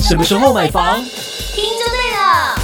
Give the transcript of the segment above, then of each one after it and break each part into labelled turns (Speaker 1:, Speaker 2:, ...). Speaker 1: 什么时候买房？
Speaker 2: 听就对了。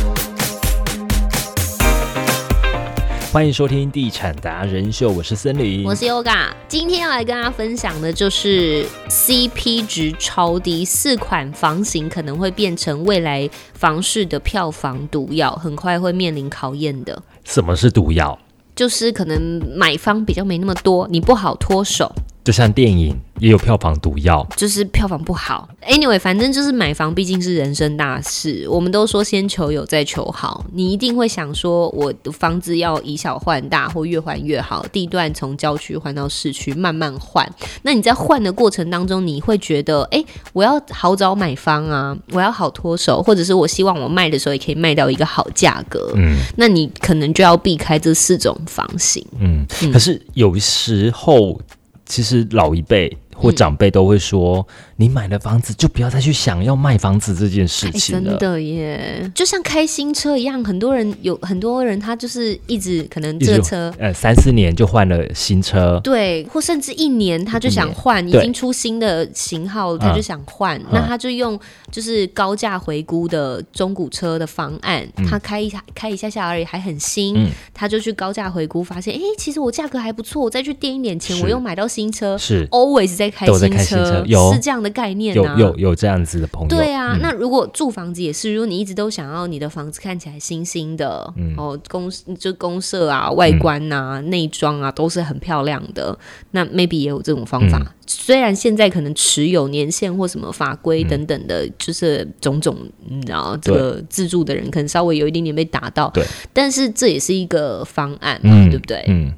Speaker 1: 欢迎收听《地产达人秀》，我是森林，
Speaker 2: 我是 Yoga，今天要来跟大家分享的就是 CP 值超低，四款房型可能会变成未来房市的票房毒药，很快会面临考验的。
Speaker 1: 什么是毒药？
Speaker 2: 就是可能买方比较没那么多，你不好脱手，
Speaker 1: 就像电影也有票房毒药，
Speaker 2: 就是票房不好。Anyway，反正就是买房毕竟是人生大事，我们都说先求有再求好，你一定会想说，我的房子要以小换大，或越换越好，地段从郊区换到市区，慢慢换。那你在换的过程当中，你会觉得，哎、我要好找买方啊，我要好脱手，或者是我希望我卖的时候也可以卖到一个好价格。
Speaker 1: 嗯
Speaker 2: 那你可能就要避开这四种房型。
Speaker 1: 嗯。
Speaker 2: 嗯
Speaker 1: 可是有时候，其实老一辈或
Speaker 2: 嗯
Speaker 1: 长辈都会说，你买了房子就不要再去想要卖房子这件事
Speaker 2: 哎
Speaker 1: 情
Speaker 2: 真
Speaker 1: 了。
Speaker 2: 的耶，就像开新车一样，很多人有很多人他就是一直可能
Speaker 1: 一
Speaker 2: 这
Speaker 1: 直
Speaker 2: 个车。
Speaker 1: 呃，三四年就换了新车，
Speaker 2: 对，或甚至一年他就想换，已
Speaker 1: 对嗯
Speaker 2: 经出新的型号了，他就想换，那他就用就是高价回估的中古车的方案，他开一下开一下下而已，还很新，
Speaker 1: 嗯
Speaker 2: 他就去高价回估，发现哎、诶其实我价格还不错，我再去垫一点钱，
Speaker 1: 是
Speaker 2: 我又买到新车
Speaker 1: 是
Speaker 2: ，always 在开
Speaker 1: 都在
Speaker 2: 新
Speaker 1: 开新车有
Speaker 2: 是这样的概念、
Speaker 1: 有
Speaker 2: 啊，
Speaker 1: 有有这样子的朋友，
Speaker 2: 对啊，
Speaker 1: 嗯
Speaker 2: 那如果住房子也是，如果你一直都想要你的房子看起来新新的，
Speaker 1: 嗯
Speaker 2: 哦，公就公社啊、外观啊、内装啊都是很漂亮的，那 maybe 也有这种方法。
Speaker 1: 嗯
Speaker 2: 虽然现在可能持有年限或什么法
Speaker 1: 嗯
Speaker 2: 规等等的，就是种种，你知道这个自住的人可能稍微有一点点被打到，
Speaker 1: 对，
Speaker 2: 但是这也是一个方案嘛，
Speaker 1: 嗯，
Speaker 2: 对不对？
Speaker 1: 嗯，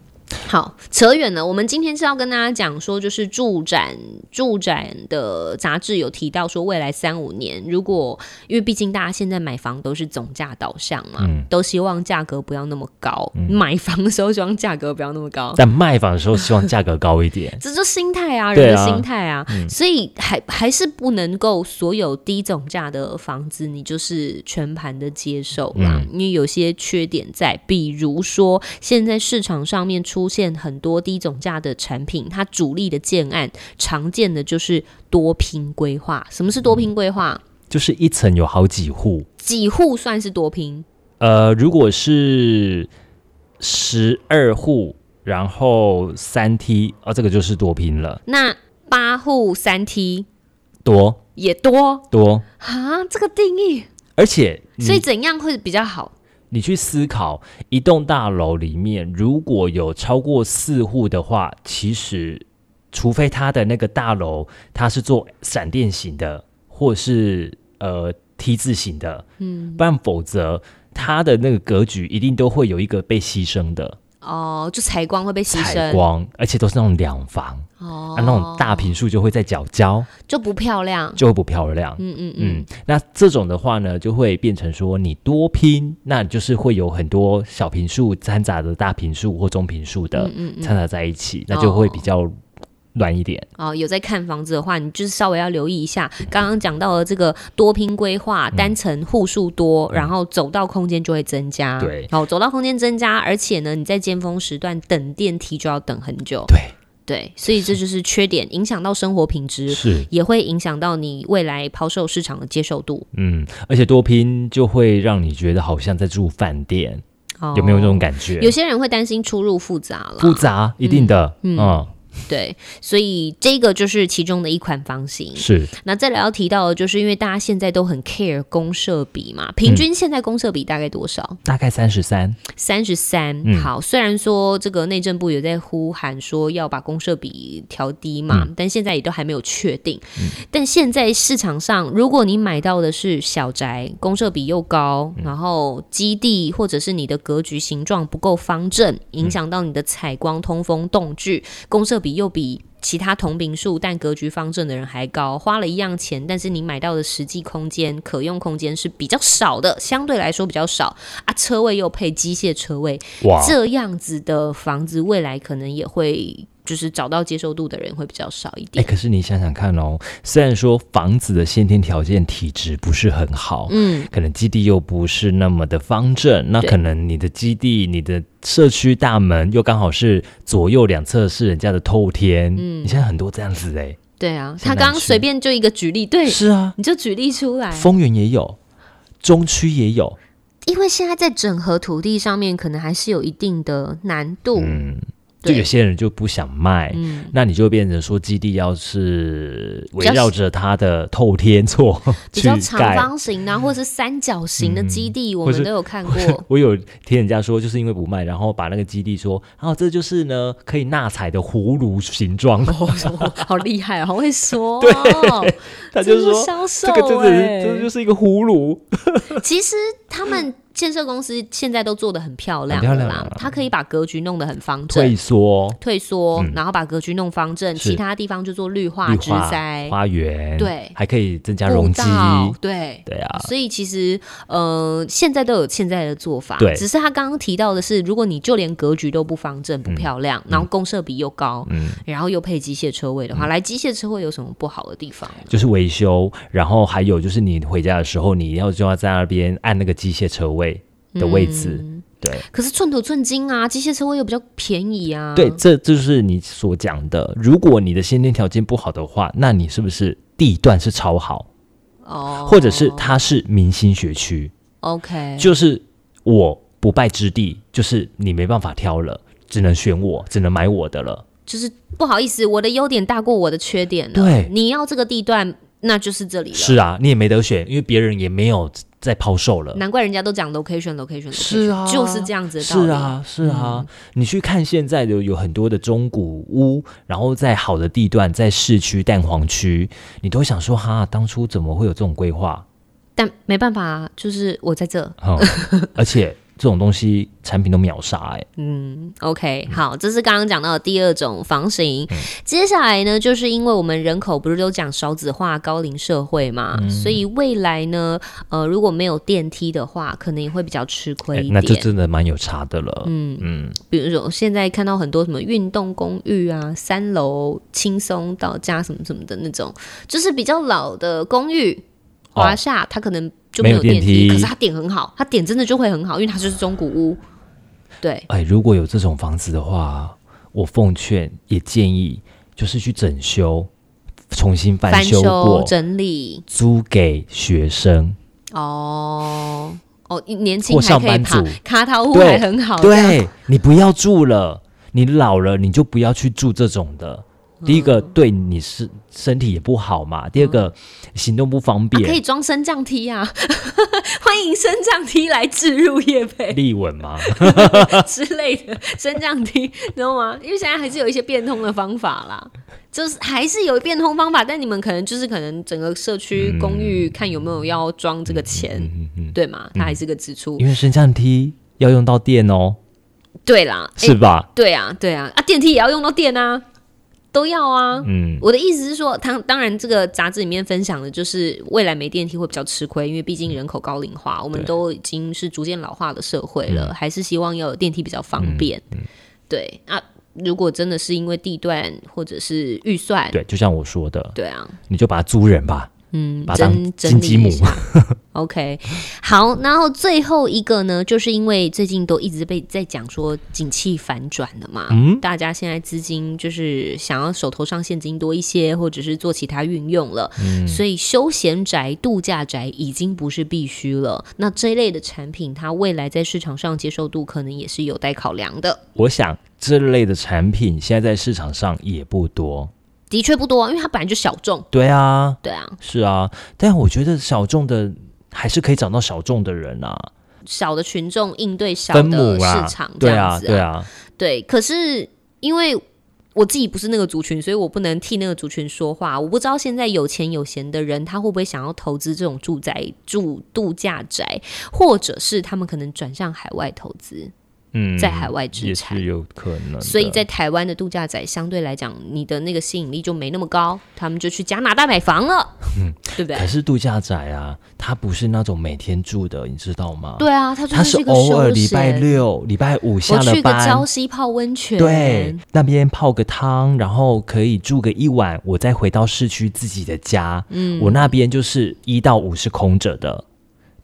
Speaker 2: 好，扯远了。我们今天是要跟大家讲说，就是住展住展的杂志有提到说，未来三五年，如果因为毕竟大家现在买房都是总价导向嘛，
Speaker 1: 嗯
Speaker 2: 都希望价格不要那么高，买房的时候希望价格不要那么高。，
Speaker 1: 但卖房的时候希望价格高一点
Speaker 2: 这就心态啊，
Speaker 1: 对啊
Speaker 2: 人的心态啊，所以还还是不能够所有低总价的房子，你就是全盘的接受啦，
Speaker 1: 嗯
Speaker 2: 因为有些缺点在，比如说现在市场上面出现很多低总价的产品，它主力的建案常见的就是多拼规划。什么是多拼规划？
Speaker 1: 就是一层有好几户，
Speaker 2: 几户算是多拼？
Speaker 1: 呃，如果是十二户，然后三梯，哦，这个就是多拼了，
Speaker 2: 那八户三梯
Speaker 1: 多
Speaker 2: 也多
Speaker 1: 多，
Speaker 2: 啊，这个定义，
Speaker 1: 而且你
Speaker 2: 所以怎样会比较好？
Speaker 1: 你去思考，一栋大楼里面如果有超过四户的话，其实除非它的那个大楼它是做闪电型的，或是呃 T 字型的，嗯，不然否则它的那个格局一定都会有一个被牺牲的
Speaker 2: 哦，就采光会被牺
Speaker 1: 采
Speaker 2: 牲，
Speaker 1: 光，而且都是那种两房、
Speaker 2: 哦
Speaker 1: 啊，那种大平数就会在角胶，
Speaker 2: 就不漂亮。
Speaker 1: 就会不漂亮。
Speaker 2: 嗯嗯嗯，
Speaker 1: 嗯，那这种的话呢，就会变成说你多拼，那你就是会有很多小平数掺杂的大平数或中平数
Speaker 2: 嗯
Speaker 1: 的掺杂在一起，那就会比较乱一点。
Speaker 2: 哦，有在看房子的话，你就是稍微要留意一下。刚刚讲到的这个多拼规划，
Speaker 1: 嗯
Speaker 2: 单层户数多，然后走道空间就会增加。
Speaker 1: 对
Speaker 2: 好、走道空间增加，而且呢，你在尖峰时段等电梯就要等很久。
Speaker 1: 对，
Speaker 2: 对，所以这就是缺点，影响到生活品质，
Speaker 1: 是，
Speaker 2: 也会影响到你未来抛售市场的接受度。
Speaker 1: 嗯，而且多拼就会让你觉得好像在住饭店，
Speaker 2: 哦
Speaker 1: 有没有这种感觉？
Speaker 2: 有些人会担心出入复杂啦，
Speaker 1: 复杂，一定的，嗯，
Speaker 2: 对，所以这个就是其中的一款房型。
Speaker 1: 是，
Speaker 2: 那再来要提到的就是，因为大家现在都很 care 公社比嘛，平均现在公社比大概多少？
Speaker 1: 大概三十三，
Speaker 2: 三十三。
Speaker 1: 嗯
Speaker 2: 好，虽然说这个内政部有在呼喊说要把公社比调低嘛，但现在也都还没有确定。但现在市场上，如果你买到的是小宅，公社比又高，然后基地或者是你的格局形状不够方正，影响到你的采光、通风、动距，公社比又比其他同频数但格局方正的人还高，花了一样钱，但是你买到的实际空间、可用空间是比较少的，相对来说比较少啊。车位又配机械车位，
Speaker 1: 哇，哦
Speaker 2: 这样子的房子未来可能也会就是找到接受度的人会比较少一
Speaker 1: 哎、
Speaker 2: 点。
Speaker 1: 可是你想想看哦，虽然说房子的先天条件体质不是很好，
Speaker 2: 嗯，
Speaker 1: 可能基地又不是那么的方正，那
Speaker 2: 对
Speaker 1: 可能你的基地、你的社区大门又刚好是左右两侧是人家的透天，嗯，你现在很多这样子哎、
Speaker 2: 对啊，
Speaker 1: 是
Speaker 2: 他
Speaker 1: 南
Speaker 2: 刚刚
Speaker 1: 区
Speaker 2: 随便就一个举例，对，哎
Speaker 1: 是啊，
Speaker 2: 你就举例出来，
Speaker 1: 丰原也有，中区也有，
Speaker 2: 哦因为现在在整合土地上面，可能还是有一定的难度。
Speaker 1: 嗯，就
Speaker 2: 对
Speaker 1: 有些人就不想卖，
Speaker 2: 嗯，
Speaker 1: 那你就变成说基地要是围
Speaker 2: 较
Speaker 1: 绕着它的透天错
Speaker 2: 比
Speaker 1: 去
Speaker 2: 较长
Speaker 1: 盖。嗯
Speaker 2: 方形啊，或者是三角形的基地，我
Speaker 1: 或
Speaker 2: 们
Speaker 1: 是。
Speaker 2: 都有看过
Speaker 1: 我有听人家说，就是因为不卖，然后把那个基地说，啊，这就是呢可以纳采的葫芦形状，
Speaker 2: 哦好厉害哦，好会说哦。
Speaker 1: 他就
Speaker 2: 真的
Speaker 1: 说
Speaker 2: 销售
Speaker 1: 这个真的
Speaker 2: 欸
Speaker 1: 是这就是一个葫芦，
Speaker 2: 其实他们建设公司现在都做的很漂亮
Speaker 1: 嗯
Speaker 2: 了
Speaker 1: 很漂亮
Speaker 2: 啦
Speaker 1: 啊，
Speaker 2: 它可以把格局弄得很方
Speaker 1: 退
Speaker 2: 正。
Speaker 1: 缩
Speaker 2: 退缩，
Speaker 1: 嗯
Speaker 2: 然后把格局弄方正，
Speaker 1: 是
Speaker 2: 其他地方就做绿化
Speaker 1: 绿
Speaker 2: 植
Speaker 1: 化
Speaker 2: 栽、
Speaker 1: 花园，
Speaker 2: 对
Speaker 1: 还可以增加
Speaker 2: 步
Speaker 1: 容积，
Speaker 2: 道，对，
Speaker 1: 对啊，
Speaker 2: 所以其实，呃，现在都有现在的做法，
Speaker 1: 对
Speaker 2: 只是他刚刚提到的是，如果你就连格局都不方正、不漂亮，然后公设比又高，
Speaker 1: 嗯，
Speaker 2: 然后又配机械车位的话，来机械车位有什么不好的地方呢？
Speaker 1: 就是维修，然后还有就是你回家的时候，你要就要在那边按那个机械车位的位置，对。
Speaker 2: 嗯可是寸土寸金啊，机械车位又比较便宜啊。
Speaker 1: 对，这就是你所讲的。如果你的先天条件不好的话，那你是不是地段是超好，
Speaker 2: 哦，
Speaker 1: 或者是它是明星学区，
Speaker 2: OK，
Speaker 1: 就是我不败之地，就是你没办法挑了，只能选我，只能买我的了。
Speaker 2: 就是不好意思，我的优点大过我的缺点了。
Speaker 1: 对
Speaker 2: 你要这个地段，那就是这里了。
Speaker 1: 是啊，你也没得选，因为别人也没有在抛售了。
Speaker 2: 难怪人家都讲 location location，
Speaker 1: 是啊
Speaker 2: location，就是这样子的道理。
Speaker 1: 是啊，是啊，你去看现在的有很多的中古屋，然后在好的地段，在市区、蛋黄区，你都会想说哈，当初怎么会有这种规划？
Speaker 2: 但没办法啊，就是我在这，
Speaker 1: 嗯而且这种东西产品都秒杀哎、
Speaker 2: 嗯，OK，好，这是刚刚讲到的第二种房型。
Speaker 1: 嗯
Speaker 2: 接下来呢，就是因为我们人口不是都讲少子化、高龄社会嘛，
Speaker 1: 嗯
Speaker 2: 所以未来呢，呃，如果没有电梯的话，可能也会比较吃亏
Speaker 1: 哎
Speaker 2: 一
Speaker 1: 那这
Speaker 2: 点。
Speaker 1: 真的蛮有差的了。嗯嗯，
Speaker 2: 比如说，现在看到很多什么运动公寓啊，三楼轻松到家什么什么的那种，就是比较老的公寓，
Speaker 1: 哦
Speaker 2: 华夏、它可能就
Speaker 1: 没
Speaker 2: 没
Speaker 1: 有
Speaker 2: 有电
Speaker 1: 电梯
Speaker 2: 可是它点很好，它点真的就会很好，因为它就是中古屋。对，
Speaker 1: 哎，如果有这种房子的话，我奉劝也建议就是去整修，重新翻
Speaker 2: 翻
Speaker 1: 修过，
Speaker 2: 整理，
Speaker 1: 租给学生。
Speaker 2: 哦哦，年轻
Speaker 1: 或
Speaker 2: 还
Speaker 1: 上
Speaker 2: 可以
Speaker 1: 班
Speaker 2: 爬
Speaker 1: 族
Speaker 2: 卡塔屋
Speaker 1: 对
Speaker 2: 还很好，这样
Speaker 1: 对你不要住了，你老了你就不要去住这种的。第一个
Speaker 2: 嗯
Speaker 1: 对你是身体也不好嘛，第二个行动不方
Speaker 2: 啊可
Speaker 1: 便
Speaker 2: 以。装升降梯啊， 欢迎升降梯来置入夜配
Speaker 1: 立稳吗？
Speaker 2: 之类的升降梯，知道吗？因为现在还是有一些变通的方法啦，就是还是有变通方法，但你们可能就是可能整个社区公寓看有没有要装这个钱，
Speaker 1: 嗯
Speaker 2: 对吗？它还是个支出，
Speaker 1: 因为升降梯要用到电哦，
Speaker 2: 对啦，诶
Speaker 1: 是吧？
Speaker 2: 对啊，对啊，啊，电梯也要用到电啊，都要啊，
Speaker 1: 嗯，
Speaker 2: 我的意思是说，当当然，这个杂志里面分享的就是未来没电梯会比较吃亏，因为毕竟人口高龄化，我们都已经是逐渐老化的社会了，还是希望要有电梯比较方便。对，那、如果真的是因为地段或者是预算，
Speaker 1: 对，就像我说的，
Speaker 2: 对啊，
Speaker 1: 你就把它租人吧，
Speaker 2: 嗯，
Speaker 1: 把它
Speaker 2: 真
Speaker 1: 当金
Speaker 2: 真
Speaker 1: 鸡母。
Speaker 2: OK，好，然后最后一个呢，就是因为最近都一直被在讲说景气反转了嘛，
Speaker 1: 嗯
Speaker 2: 大家现在资金就是想要手头上现金多一些，或者是做其他运用了，
Speaker 1: 嗯
Speaker 2: 所以休闲宅、度假宅已经不是必须了。那这一类的产品，它未来在市场上接受度可能也是有待考量的。
Speaker 1: 我想这类的产品现在在市场上也不多。
Speaker 2: 的确不多，因为它本来就小众，
Speaker 1: 对啊，
Speaker 2: 对啊，
Speaker 1: 是啊，但我觉得小众的还是可以找到小众的人啊，
Speaker 2: 小的群众应对小
Speaker 1: 分母
Speaker 2: 的
Speaker 1: 啊
Speaker 2: 市场，这
Speaker 1: 对
Speaker 2: 样
Speaker 1: 啊，
Speaker 2: 子
Speaker 1: 对啊，
Speaker 2: 对，可是因为我自己不是那个族群，所以我不能替那个族群说话。我不知道现在有钱有闲的人，他会不会想要投资这种住宅、住度假宅，或者是他们可能转向海外投资，
Speaker 1: 嗯，
Speaker 2: 在海外
Speaker 1: 也
Speaker 2: 置产。
Speaker 1: 是有可能的。
Speaker 2: 所以在台湾的度假宅相对来讲，你的那个吸引力就没那么高，他们就去加拿大买房了，对不
Speaker 1: 嗯可
Speaker 2: 对？
Speaker 1: 是度假宅啊，它不是那种每天住的，你知道吗？，
Speaker 2: 对啊，他就
Speaker 1: 它
Speaker 2: 是
Speaker 1: 是
Speaker 2: 一个
Speaker 1: 偶尔
Speaker 2: 休
Speaker 1: 礼拜
Speaker 2: 闲。
Speaker 1: 六、礼拜五下
Speaker 2: 我去
Speaker 1: 了
Speaker 2: 个
Speaker 1: 班
Speaker 2: 礁，溪泡温泉，
Speaker 1: 对，那边泡个汤，然后可以住个一晚，我再回到市
Speaker 2: 嗯
Speaker 1: 区自己的家。嗯，我那边就是一到五是空着的，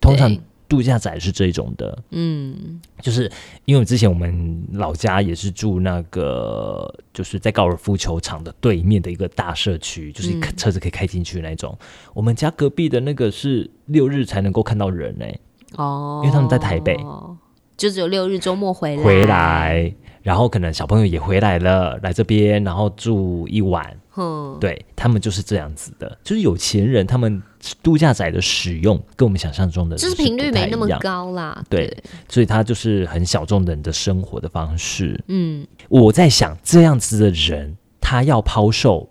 Speaker 1: 通常
Speaker 2: 对
Speaker 1: 度假宅是这种的，
Speaker 2: 嗯，
Speaker 1: 就是因为之前我们老家也是住那个，就是在高尔夫球场的对面的一个大社区，就是
Speaker 2: 嗯
Speaker 1: 车子可以开进去那种。我们家隔壁的那个是六日才能够看到人呢、欸
Speaker 2: 哦，
Speaker 1: 因为他们在台北，
Speaker 2: 就只有六日周末回来，
Speaker 1: 回，来，然后可能小朋友也回来了，来这边然后住一晚，
Speaker 2: 哼，
Speaker 1: 对他们就是这样子的，就是有钱人他们度假宅的使用跟我们想象中的
Speaker 2: 就是频率没那么
Speaker 1: 高。
Speaker 2: 高啦，
Speaker 1: 对，所以他就是很小众的人的生活的方式。
Speaker 2: 嗯，
Speaker 1: 我在想，这样子的人，他要抛售，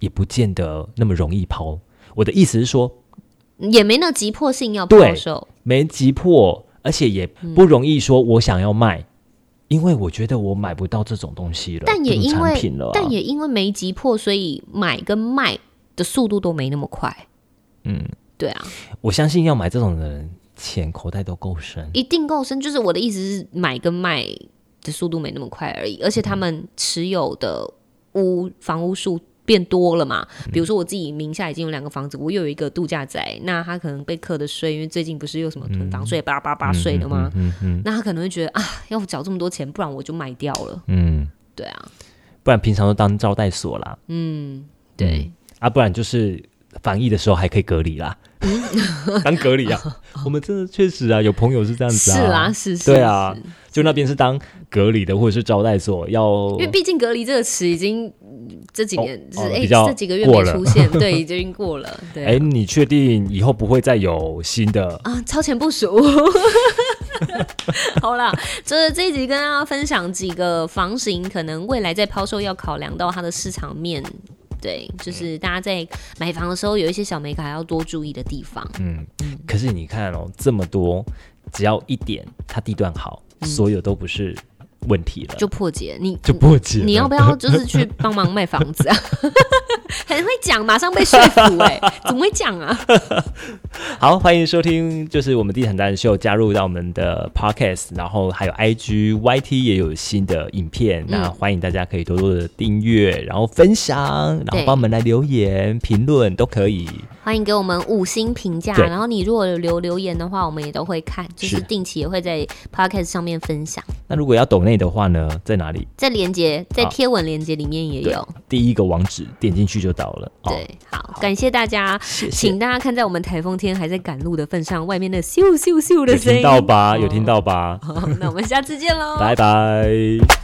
Speaker 1: 也不见得那么容易抛。我的意思是说，
Speaker 2: 也没那急迫性要
Speaker 1: 对
Speaker 2: 抛售，
Speaker 1: 没急迫，而且也不容易说我想要卖，因为我觉得我买不到这种东西了，
Speaker 2: 但也
Speaker 1: 这种
Speaker 2: 因
Speaker 1: 产
Speaker 2: 为
Speaker 1: 品了啊、
Speaker 2: 但也因为没急迫，所以买跟卖的速度都没那么快，
Speaker 1: 嗯，
Speaker 2: 对啊，
Speaker 1: 我相信要买这种的人，钱口袋都够深。
Speaker 2: 一定够深，就是我的意思是买跟卖的速度没那么快而已，而且他们持有的屋房屋数。变多了嘛？
Speaker 1: 嗯
Speaker 2: 比如说我自己名下已经有两个房子，我又有一个度假宅，那他可能被课的税，因为最近不是又什么囤房税、八八八税的吗？
Speaker 1: 嗯嗯
Speaker 2: 那他可能会觉得啊，要我缴这么多钱，不然我就卖掉了。
Speaker 1: 嗯，
Speaker 2: 对啊，
Speaker 1: 不然平常都当招待所啦，
Speaker 2: 嗯，对，
Speaker 1: 啊，不然就是防疫的时候还可以隔离啦，
Speaker 2: 嗯
Speaker 1: 当隔 离啊。我们真的确实啊，有朋友是这样子
Speaker 2: 哦是
Speaker 1: 啊，
Speaker 2: 啦，是是，
Speaker 1: 对啊
Speaker 2: 是，
Speaker 1: 就那边是当隔离的或者是招待所，要
Speaker 2: 因为毕竟隔离这个词已经嗯这几年是
Speaker 1: 哦
Speaker 2: 哎
Speaker 1: 比较
Speaker 2: 这几个月
Speaker 1: 过
Speaker 2: 没
Speaker 1: 了
Speaker 2: 出 现，对，已经过了，对啊
Speaker 1: 哎，你确定以后不会再有新的？
Speaker 2: 啊，超前部署。 好啦，就是这一集跟大家分享几个房型，可能未来在抛售要考量到它的市场面。对，
Speaker 1: 嗯
Speaker 2: 就是大家在买房的时候有一些小美感要多注意的地方。
Speaker 1: 嗯，可是你看哦，这么多，只要一点，它地段好，所有都不是问题了，
Speaker 2: 就破解你
Speaker 1: 就破解了。
Speaker 2: 你要不要就是 去帮忙卖房子啊？ 很会讲，马上被说服哎、怎么会讲啊？
Speaker 1: 好，欢迎收听，就是我们地产达人秀，加入到我们的 podcast，然后还有 IG、YT 也有新的影片，
Speaker 2: 嗯
Speaker 1: 那欢迎大家可以多多的订阅，然后分享，然后
Speaker 2: 对
Speaker 1: 帮我们来留言、评论都可以。
Speaker 2: 欢迎给我们五星评价，
Speaker 1: 对
Speaker 2: 然后你如果有留留言的话，我们也都会看，就是
Speaker 1: 是
Speaker 2: 定期也会在 podcast 上面分享。
Speaker 1: 那如果要抖内的话呢，在哪里？
Speaker 2: 在连接在
Speaker 1: 好
Speaker 2: 贴文连接里面也
Speaker 1: 对
Speaker 2: 有。
Speaker 1: 第一个网址点进去就到了。哦，
Speaker 2: 对，好，感谢大家，
Speaker 1: 谢谢
Speaker 2: 请。大家看在我们台风天还在赶路的份上，外面的咻咻咻
Speaker 1: 有
Speaker 2: 的声音，
Speaker 1: 听到吧？
Speaker 2: 哦
Speaker 1: 有听。到吧？
Speaker 2: 好，那我们下次见喽，
Speaker 1: 拜拜。